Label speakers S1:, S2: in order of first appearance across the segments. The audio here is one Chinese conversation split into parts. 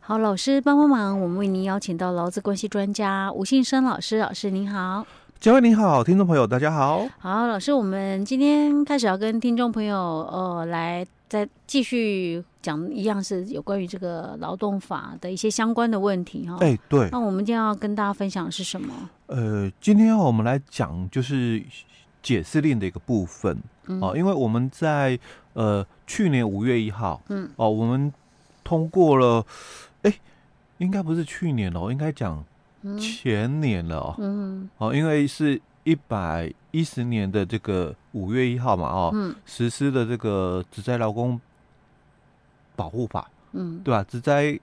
S1: 好，老师帮帮忙，我们为您邀请到劳资关系专家吴信生老师，老师您好。
S2: 嘉惠你好，听众朋友大家好。
S1: 好，老师，我们今天开始要跟听众朋友呃来再继续讲，一样是有关于这个劳动法的一些相关的问题哈。
S2: 哎、对，
S1: 那我们今天要跟大家分享的是什么？
S2: 呃，今天我们来讲就是解释令的一个部分
S1: 嗯
S2: 哦、因为我们在呃去年五月一号，
S1: 嗯，
S2: 哦、我们通过了，哎、应该不是去年哦，应该讲
S1: 嗯
S2: 前年了哦，
S1: 嗯
S2: 哦、因为是一百一十年的这个五月一号嘛，哦，
S1: 嗯
S2: 实施的这个职灾劳工保护法，
S1: 嗯，
S2: 对吧、只在，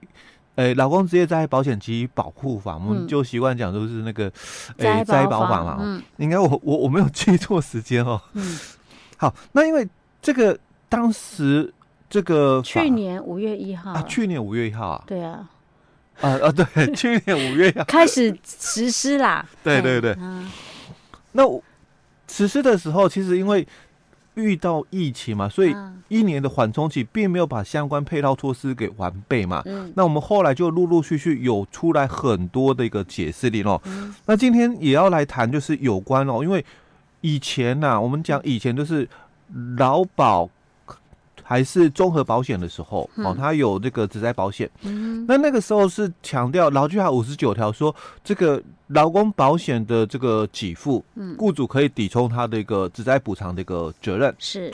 S2: 呃，劳工职业灾害保险及保护法，我们
S1: 嗯
S2: 就习惯讲就是那个，
S1: 灾
S2: 呃，灾
S1: 保
S2: 保法嘛。
S1: 嗯
S2: 应该我我我没有记错时间哦。
S1: 嗯，
S2: 好，那因为这个当时这个法
S1: 去年五月一号
S2: 啊，
S1: 了，
S2: 去年五月一号啊，
S1: 对啊，
S2: 啊啊，对， 去年五月一号，
S1: 开始实施啦。
S2: 对对对
S1: 嘿，嗯
S2: 那我实施的时候，其实因为遇到疫情嘛，所以
S1: 嗯
S2: 一年的缓冲期并没有把相关配套措施给完备嘛。
S1: 嗯
S2: 那我们后来就陆陆续续有出来很多的一个解释令哦，
S1: 嗯
S2: 那今天也要来谈，就是有关哦，因为以前呐、我们讲以前就是劳保还是综合保险的时候，哦
S1: 嗯，
S2: 它有这个职灾保险。
S1: 嗯
S2: 那那个时候是强调劳基法五十九条说，这个劳工保险的这个给付，
S1: 嗯
S2: 雇主可以抵充他的一个职灾补偿的一个责任。
S1: 是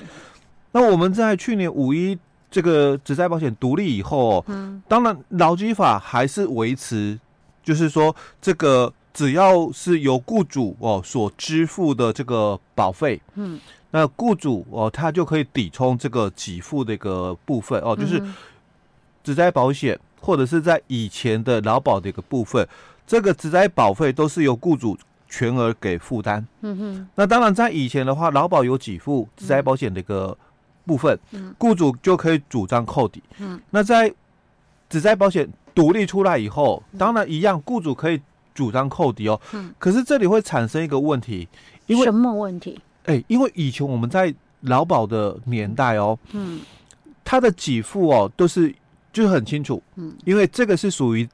S2: 那我们在去年五一这个职灾保险独立以后、哦，
S1: 嗯
S2: 当然，劳基法还是维持，就是说这个只要是由雇主哦所支付的这个保费，
S1: 嗯，
S2: 那雇主哦他就可以抵充这个给付的一个部分哦，就是
S1: 嗯
S2: 职灾保险或者是在以前的劳保的一个部分，这个职灾保费都是由雇主全额给负担。
S1: 嗯哼
S2: 那当然，在以前的话，劳保有给付职灾保险的一个部分，
S1: 嗯
S2: 雇主就可以主张扣抵。
S1: 嗯，
S2: 那在职灾保险独立出来以后，当然一样，雇主可以主张扣抵哦。
S1: 嗯，
S2: 可是这里会产生一个问题，因为
S1: 什么问题？
S2: 哎、因为以前我们在劳保的年代哦，
S1: 嗯
S2: 它的给付哦都是就是很清楚，
S1: 嗯
S2: 因为这个是属于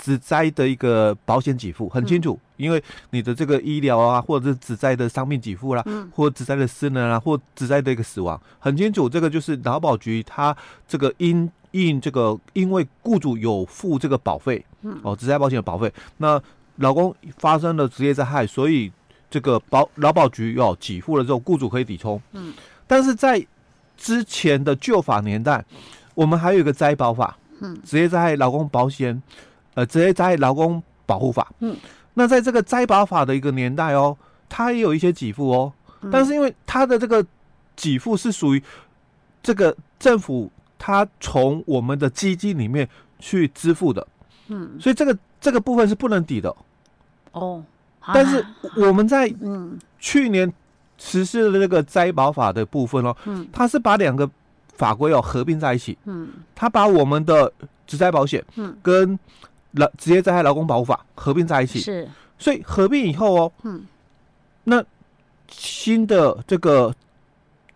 S2: 职灾的一个保险给付，很
S1: 嗯
S2: 清楚，因为你的这个医疗啊，或者是职灾的伤病给付啦、
S1: 嗯
S2: 或职灾的失能啊，或职灾的一个死亡，很清楚，这个就是劳保局它这个因应这个，因为雇主有付这个保费
S1: 嗯，
S2: 哦，职灾保险的保费，那老公发生了职业灾害，所以这个保劳保局哦给付了之后，雇主可以抵充，
S1: 嗯，
S2: 但是在之前的旧法年代，我们还有一个灾保法，
S1: 嗯，
S2: 职业灾害劳工保险，呃，职业灾害劳工保护法，
S1: 嗯，
S2: 那在这个灾保法的一个年代哦，它也有一些给付哦，
S1: 嗯
S2: 但是因为它的这个给付是属于这个政府它从我们的基金里面去支付的，
S1: 嗯
S2: 所以这个这个部分是不能抵的。
S1: 哦，啊
S2: 但是我们在
S1: 嗯
S2: 去年实施的这个灾保法的部分哦，
S1: 嗯
S2: 它是把两个法规哦合并在一起，
S1: 嗯
S2: 它把我们的职灾保险
S1: 嗯
S2: 跟劳职业灾害劳工保护法合并在一起，
S1: 是
S2: 所以合并以后哦，
S1: 嗯
S2: 新的这个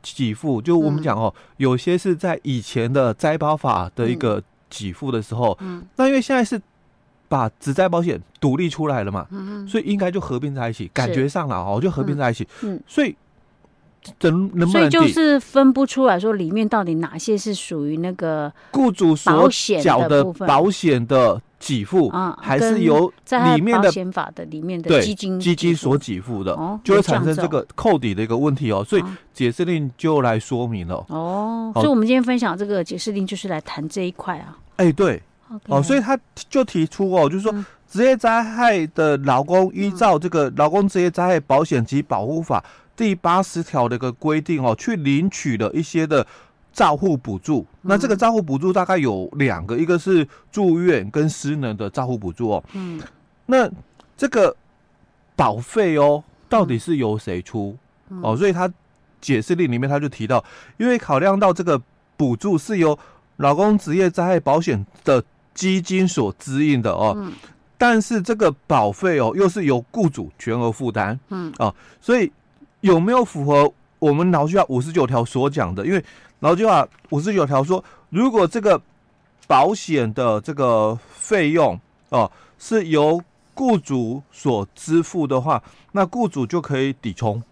S2: 给付，就我们讲哦，
S1: 嗯
S2: 有些是在以前的灾保法的一个给付的时候，
S1: 嗯
S2: 那因为现在是把职灾保险独立出来了嘛，
S1: 嗯
S2: 所以应该就合并在一起，感觉上了哦，就合并在一起，
S1: 嗯，
S2: 所以能能不
S1: 所以
S2: 能抵、
S1: 就是分不出来说里面到底哪些是属于那个
S2: 雇主
S1: 保
S2: 所
S1: 险
S2: 缴
S1: 的
S2: 的
S1: 部分
S2: 保险的给付，
S1: 啊，
S2: 还
S1: 跟
S2: 是由
S1: 在它
S2: 里面
S1: 保
S2: 的
S1: 险法的里面的
S2: 对
S1: 基金
S2: 基金
S1: 给付
S2: 所给付的，
S1: 哦，
S2: 就
S1: 有
S2: 会产
S1: 样
S2: 生
S1: 子
S2: 这
S1: 哦
S2: 个扣抵的一个问题哦，所以
S1: 啊
S2: 解释令就来说明了。
S1: 哦，
S2: 好
S1: 所以我们今天分享这个解释令就是来谈这一块啊。
S2: 哎、对，哦，所以他就提出哦，就是说
S1: 嗯
S2: 职业灾害的劳工依照这个《劳工职业灾害保险及保护法》第八十条的一个规定哦，去领取了一些的照护补助。那这个照护补助大概有两个，一个是住院跟失能的照护补助哦。
S1: 嗯
S2: 那这个保费哦，到底是由谁出？
S1: 嗯
S2: 哦，所以他解释令里面他就提到，因为考量到这个补助是由劳工职业灾害保险的基金所支应的哦，
S1: 嗯
S2: 但是这个保费哦又是由雇主全额负担，哦
S1: 嗯
S2: 所以有没有符合我们劳基法五十九条所讲的？因为劳基法五十九条说，如果这个保险的这个费用哦、是由雇主所支付的话，那雇主就可以抵充。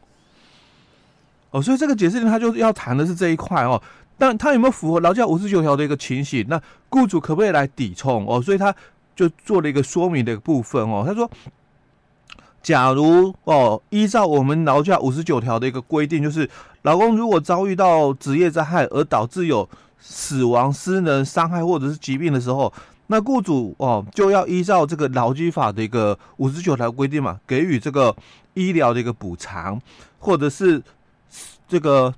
S2: 哦，所以这个解释令他就要谈的是这一块哦。但他有没有符合劳教五十九条的一个情形？那雇主可不可以来抵充？哦，所以他就做了一个说明的部分哦。他说，假如哦，依照我们劳教五十九条的一个规定，就是劳工如果遭遇到职业灾害而导致有死亡、失能、伤害或者是疾病的时候，那雇主哦就要依照这个劳基法的一个五十九条规定嘛，给予这个医疗的一个补偿，或者是这个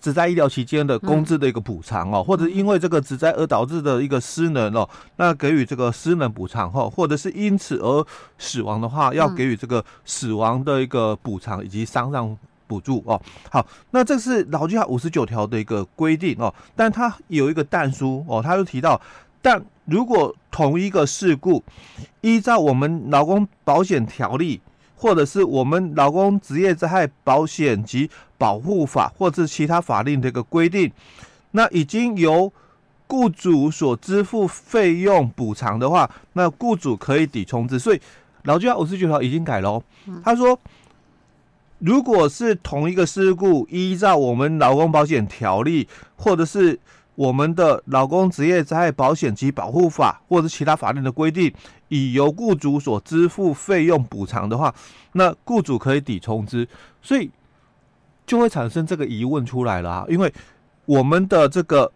S2: 只在医疗期间的工资的一个补偿哦，或者因为这个只在而导致的一个失能哦，那给予这个失能补偿后，或者是因此而死亡的话，要给予这个死亡的一个补偿以及丧葬补助哦。好，那这是劳基法五十九条的一个规定哦，但它有一个但书哦，它就提到，但如果同一个事故，依照我们劳工保险条例，或者是我们劳工职业灾害保险及保护法或者其他法令的一个规定，那已经由雇主所支付费用补偿的话，那雇主可以抵充之。所以劳基法五十九条已经改了、哦，他说，如果是同一个事故，依照我们劳工保险条例或者是我们的劳工职业灾害保险及保护法或者其他法令的规定，已由雇主所支付费用补偿的话，那雇主可以抵充之，所以就会产生这个疑问出来了啊，因为我们的这个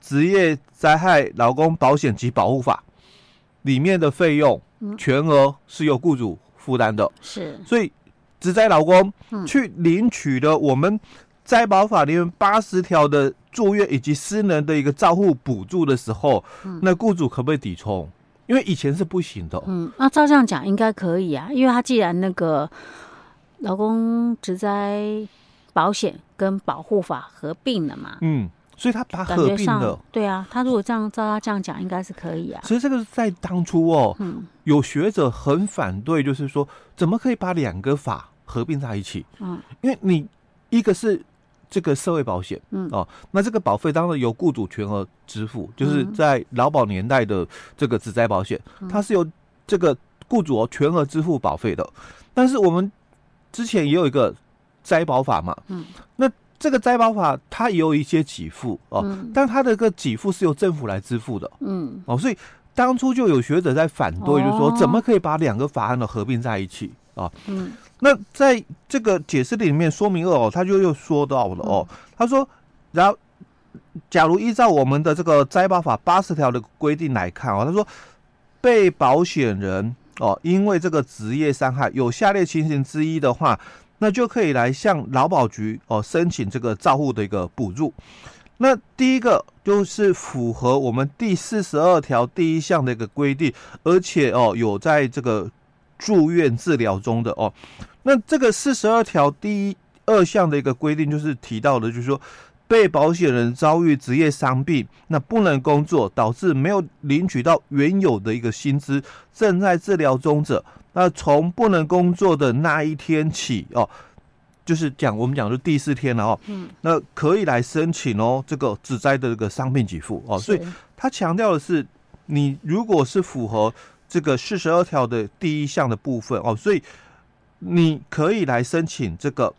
S2: 职业灾害劳工保险及保护法里面的费用全额是由雇主负担的，
S1: 是
S2: 所以职灾劳工
S1: 嗯
S2: 去领取的我们灾保法里面八十条的住院以及失能的一个照护补助的时候，那雇主可不可以抵充？因为以前是不行的哦，
S1: 嗯，那照这样讲应该可以啊，因为他既然那个劳工职灾保险跟保护法合并了嘛，
S2: 嗯，所以他把它
S1: 感
S2: 合
S1: 觉
S2: 并
S1: 上
S2: 了。
S1: 对啊，他如果这样照他这样讲应该是可以啊，嗯
S2: 所以这个在当初哦，有学者很反对，就是说怎么可以把两个法合并在一起？
S1: 嗯，
S2: 因为你一个是这个社会保险，
S1: 嗯
S2: 哦，那这个保费当然由雇主全额支付，就是
S1: 嗯
S2: 在劳保年代的这个职灾保险，它是由这个雇主哦全额支付保费的。但是我们之前也有一个灾保法嘛，
S1: 嗯，
S2: 那这个灾保法它也有一些给付哦，
S1: 嗯
S2: 但它的个给付是由政府来支付的。
S1: 嗯，
S2: 哦，所以当初就有学者在反对，就说
S1: 哦
S2: 怎么可以把两个法案呢合并在一起啊？
S1: 嗯，
S2: 那在这个解释里面说明二哦，他就又说到了哦，他说，然后假如依照我们的这个灾保法八十条的规定来看哦，他说被保险人哦，因为这个职业伤害有下列情形之一的话，那就可以来向劳保局哦申请这个照护的一个补助。那第一个就是符合我们第四十二条第一项的一个规定，而且哦有在这个住院治疗中的哦。那这个四十二条第一二项的一个规定就是提到的，就是说被保险人遭遇职业伤病，那不能工作，导致没有领取到原有的一个薪资，正在治疗中者，那从不能工作的那一天起哦。就是讲我们讲就第四天了哦，
S1: 嗯，
S2: 那可以来申请哦，这个只灾的这个伤病给付哦，所以
S1: 是
S2: 他强调的是，你如果是符合这个四十二条的第一项的部分哦，所以你可以来申请这个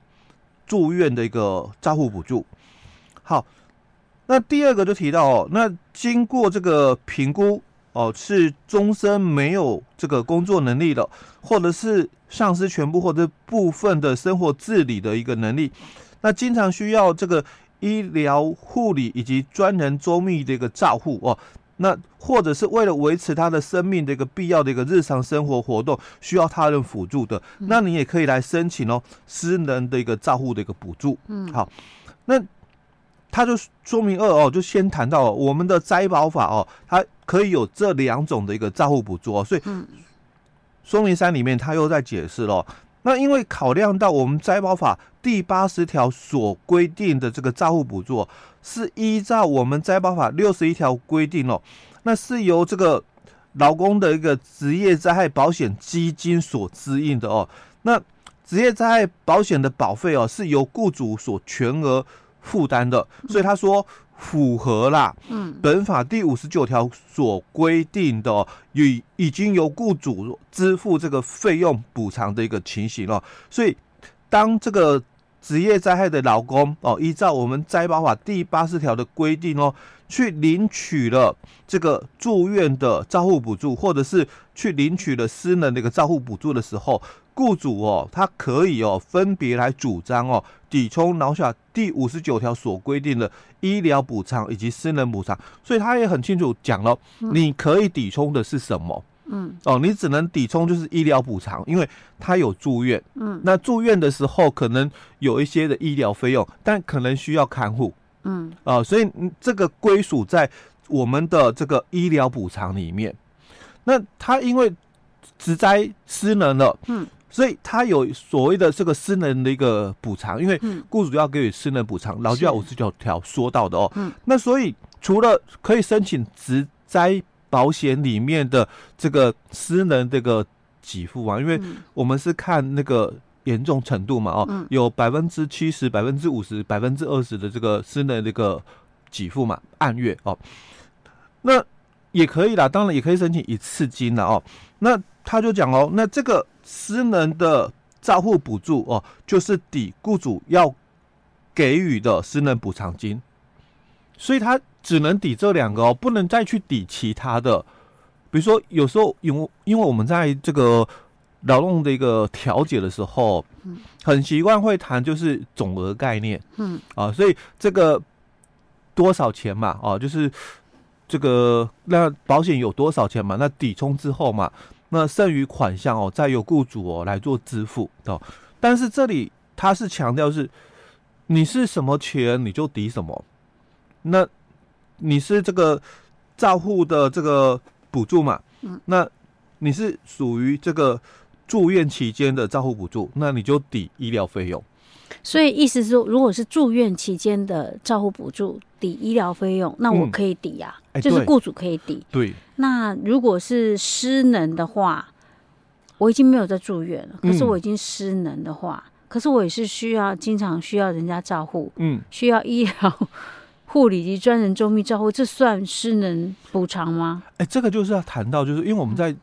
S2: 住院的一个照护补助。好，那第二个就提到哦，那经过这个评估哦，是终身没有这个工作能力的，或者是丧失全部或者部分的生活自理的一个能力，那经常需要这个医疗护理以及专人周密的一个照护哦。那或者是为了维持他的生命的一个必要的一个日常生活活动，需要他人辅助的，
S1: 嗯
S2: 那你也可以来申请哦，私人的一个照护的一个补助。
S1: 嗯
S2: 好，那他就说明二哦，就先谈到、哦、我们的灾保法哦，它可以有这两种的一个照护补助哦，所以
S1: 嗯
S2: 说明三里面他又在解释了哦、那因为考量到我们灾保法第八十条所规定的这个照护补助哦，是依照我们灾保法六十一条规定哦，那是由这个劳工的一个职业灾害保险基金所支应的哦。那职业灾害保险的保费哦，是由雇主所全额负担的，所以他说，符合啦
S1: 嗯
S2: 本法第五十九条所规定的、哦，已已经由雇主支付这个费用补偿的一个情形哦。所以，当这个职业灾害的劳工哦，依照我们灾保法第八十条的规定哦，去领取了这个住院的照护补助，或者是去领取了私人的一个照护补助的时候，雇主哦，他可以哦分别来主张哦抵充劳保第五十九条所规定的医疗补偿以及私人补偿，所以他也很清楚讲了，你可以抵充的是什么。
S1: 嗯
S2: 哦，你只能抵充就是医疗补偿，因为他有住院，
S1: 嗯，
S2: 那住院的时候可能有一些的医疗费用，但可能需要看护，
S1: 嗯
S2: 啊、所以嗯这个归属在我们的这个医疗补偿里面。那他因为职灾失能了，
S1: 嗯，
S2: 所以他有所谓的这个失能的一个补偿，因为
S1: 嗯
S2: 雇主要给予失能补偿，劳基法五十九条说到的哦。
S1: 嗯，
S2: 那所以除了可以申请职灾保险里面的这个失能这个给付啊，因为
S1: 嗯
S2: 我们是看那个严重程度嘛，哦，
S1: 嗯
S2: 有百分之七十、百分之五十、百分之二十的这个私人的一个给付嘛，按月哦，那也可以啦，当然也可以申请一次金啦哦。那他就讲哦，那这个私人的照护补助哦，就是抵雇主要给予的私人补偿金，所以他只能抵这两个哦，不能再去抵其他的。比如说，有时候因为因为我们在这个劳动的一个调解的时候，很习惯会谈就是总额概念
S1: 嗯
S2: 啊，所以这个多少钱嘛，哦、就是这个那保险有多少钱嘛，那抵充之后嘛，那剩余款项哦，再由雇主哦来做支付哦。但是这里他是强调是，你是什么钱你就抵什么，那你是这个账户的这个补助嘛，
S1: 嗯，
S2: 那你是属于这个住院期间的账户补助，那你就抵医疗费用。
S1: 所以意思是说，如果是住院期间的照护补助抵医疗费用，那我
S2: 嗯
S1: 可以抵呀、
S2: 哎
S1: 就是
S2: 对
S1: 雇主可以抵。
S2: 对，
S1: 那如果是失能的话，我已经没有在住院了，可是
S2: 嗯
S1: 我已经失能的话，可是我也是需要经常需要人家照护，
S2: 嗯，
S1: 需要医疗护理及专人周密照护，这算失能补偿吗？
S2: 哎、这个就是要谈到，就是因为我们在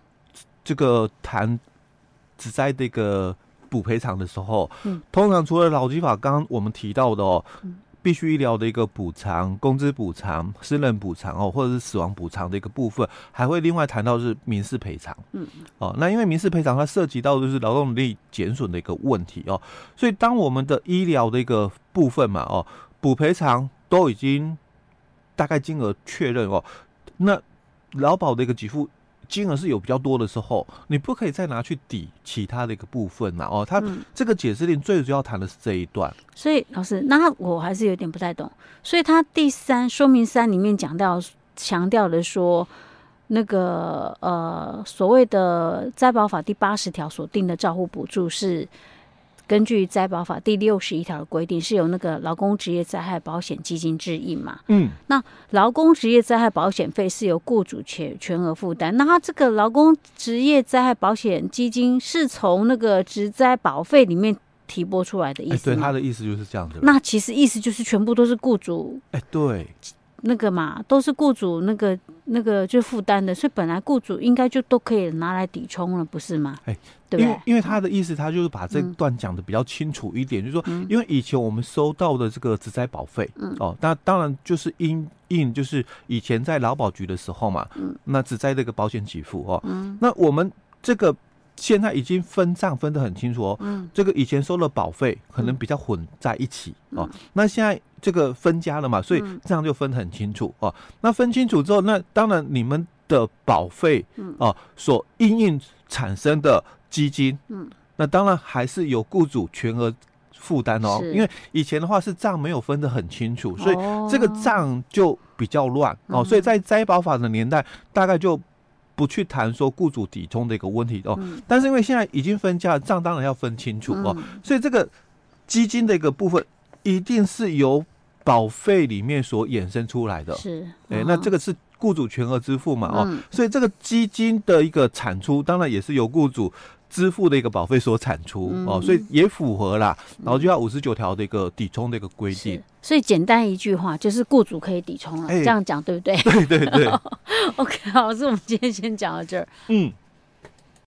S2: 这个谈只在这个补赔偿的时候，
S1: 嗯
S2: 通常除了劳基法刚刚我们提到的哦
S1: 嗯，
S2: 必须医疗的一个补偿、工资补偿、私人补偿哦，或者是死亡补偿的一个部分，还会另外谈到是民事赔偿。
S1: 嗯，
S2: 哦，那因为民事赔偿它涉及到就是劳动力减损的一个问题哦，所以当我们的医疗的一个部分嘛，哦，补赔偿都已经大概金额确认哦，那劳保的一个给付金额是有比较多的时候，你不可以再拿去抵其他的一个部分啦。哦，它
S1: 嗯
S2: 这个解释令最主要谈的是这一段。
S1: 所以老师，那我还是有点不太懂。所以他第三说明三里面讲到强调的说，那个呃所谓的灾保法第八十条所定的照护补助是。根据灾保法第六十一条的规定，是由那个劳工职业灾害保险基金制定嘛？
S2: 嗯，
S1: 劳工职业灾害保险费是由雇主全全额负担。那他这个劳工职业灾害保险基金是从那个职灾保费里面提拨出来的意
S2: 哎、
S1: 思
S2: 对，
S1: 吗？
S2: 他的意思就是这样子。
S1: 那其实意思就是全部都是雇主
S2: 哎、对，
S1: 那个嘛，都是雇主那个那个就负担的，所以本来雇主应该就都可以拿来抵充了，不是吗？
S2: 哎
S1: 对不
S2: 因为
S1: 对？
S2: 因为他的意思，他就是把这
S1: 嗯
S2: 段讲的比较清楚一点，就是说，
S1: 嗯
S2: 因为以前我们收到的这个职灾保费，
S1: 嗯
S2: 哦，那当然就是因应就是以前在劳保局的时候嘛，
S1: 嗯
S2: 那只在这个保险给付哦，
S1: 嗯
S2: 那我们这个现在已经分账分得很清楚哦，
S1: 嗯
S2: 这个以前收了保费，可能
S1: 嗯
S2: 比较混在一起哦
S1: 嗯。
S2: 那现在这个分家了嘛，所以
S1: 嗯
S2: 这样就分很清楚哦。那分清楚之后，那当然你们的保费
S1: 嗯
S2: 哦所应应产生的基金，
S1: 嗯，
S2: 那当然还是由雇主全额负担哦。
S1: 是
S2: 因为以前的话是账没有分得很清楚，所以
S1: 哦嗯
S2: 这个账就比较乱哦。所以在灾保法的年代，大概就不去谈说雇主抵充的一个问题哦。
S1: 嗯
S2: 但是因为现在已经分家了，账当然要分清楚哦，
S1: 嗯
S2: 所以这个基金的一个部分一定是由保费里面所衍生出来的。
S1: 哦是嗯
S2: 哎、那这
S1: 个
S2: 个是雇主全额支付嘛哦，
S1: 嗯
S2: 所以这个基金的一个产出当然也是由雇主支付的一个保费所产出、
S1: 嗯
S2: 哦，所以也符合啦，然后就要五十九条的一个抵充的一个规定
S1: 是。，所以简单一句话就是雇主可以抵充了，
S2: 哎
S1: 这样讲对不对
S2: 对对对，
S1: ？OK，好，所以我们今天先讲到这儿。
S2: 嗯，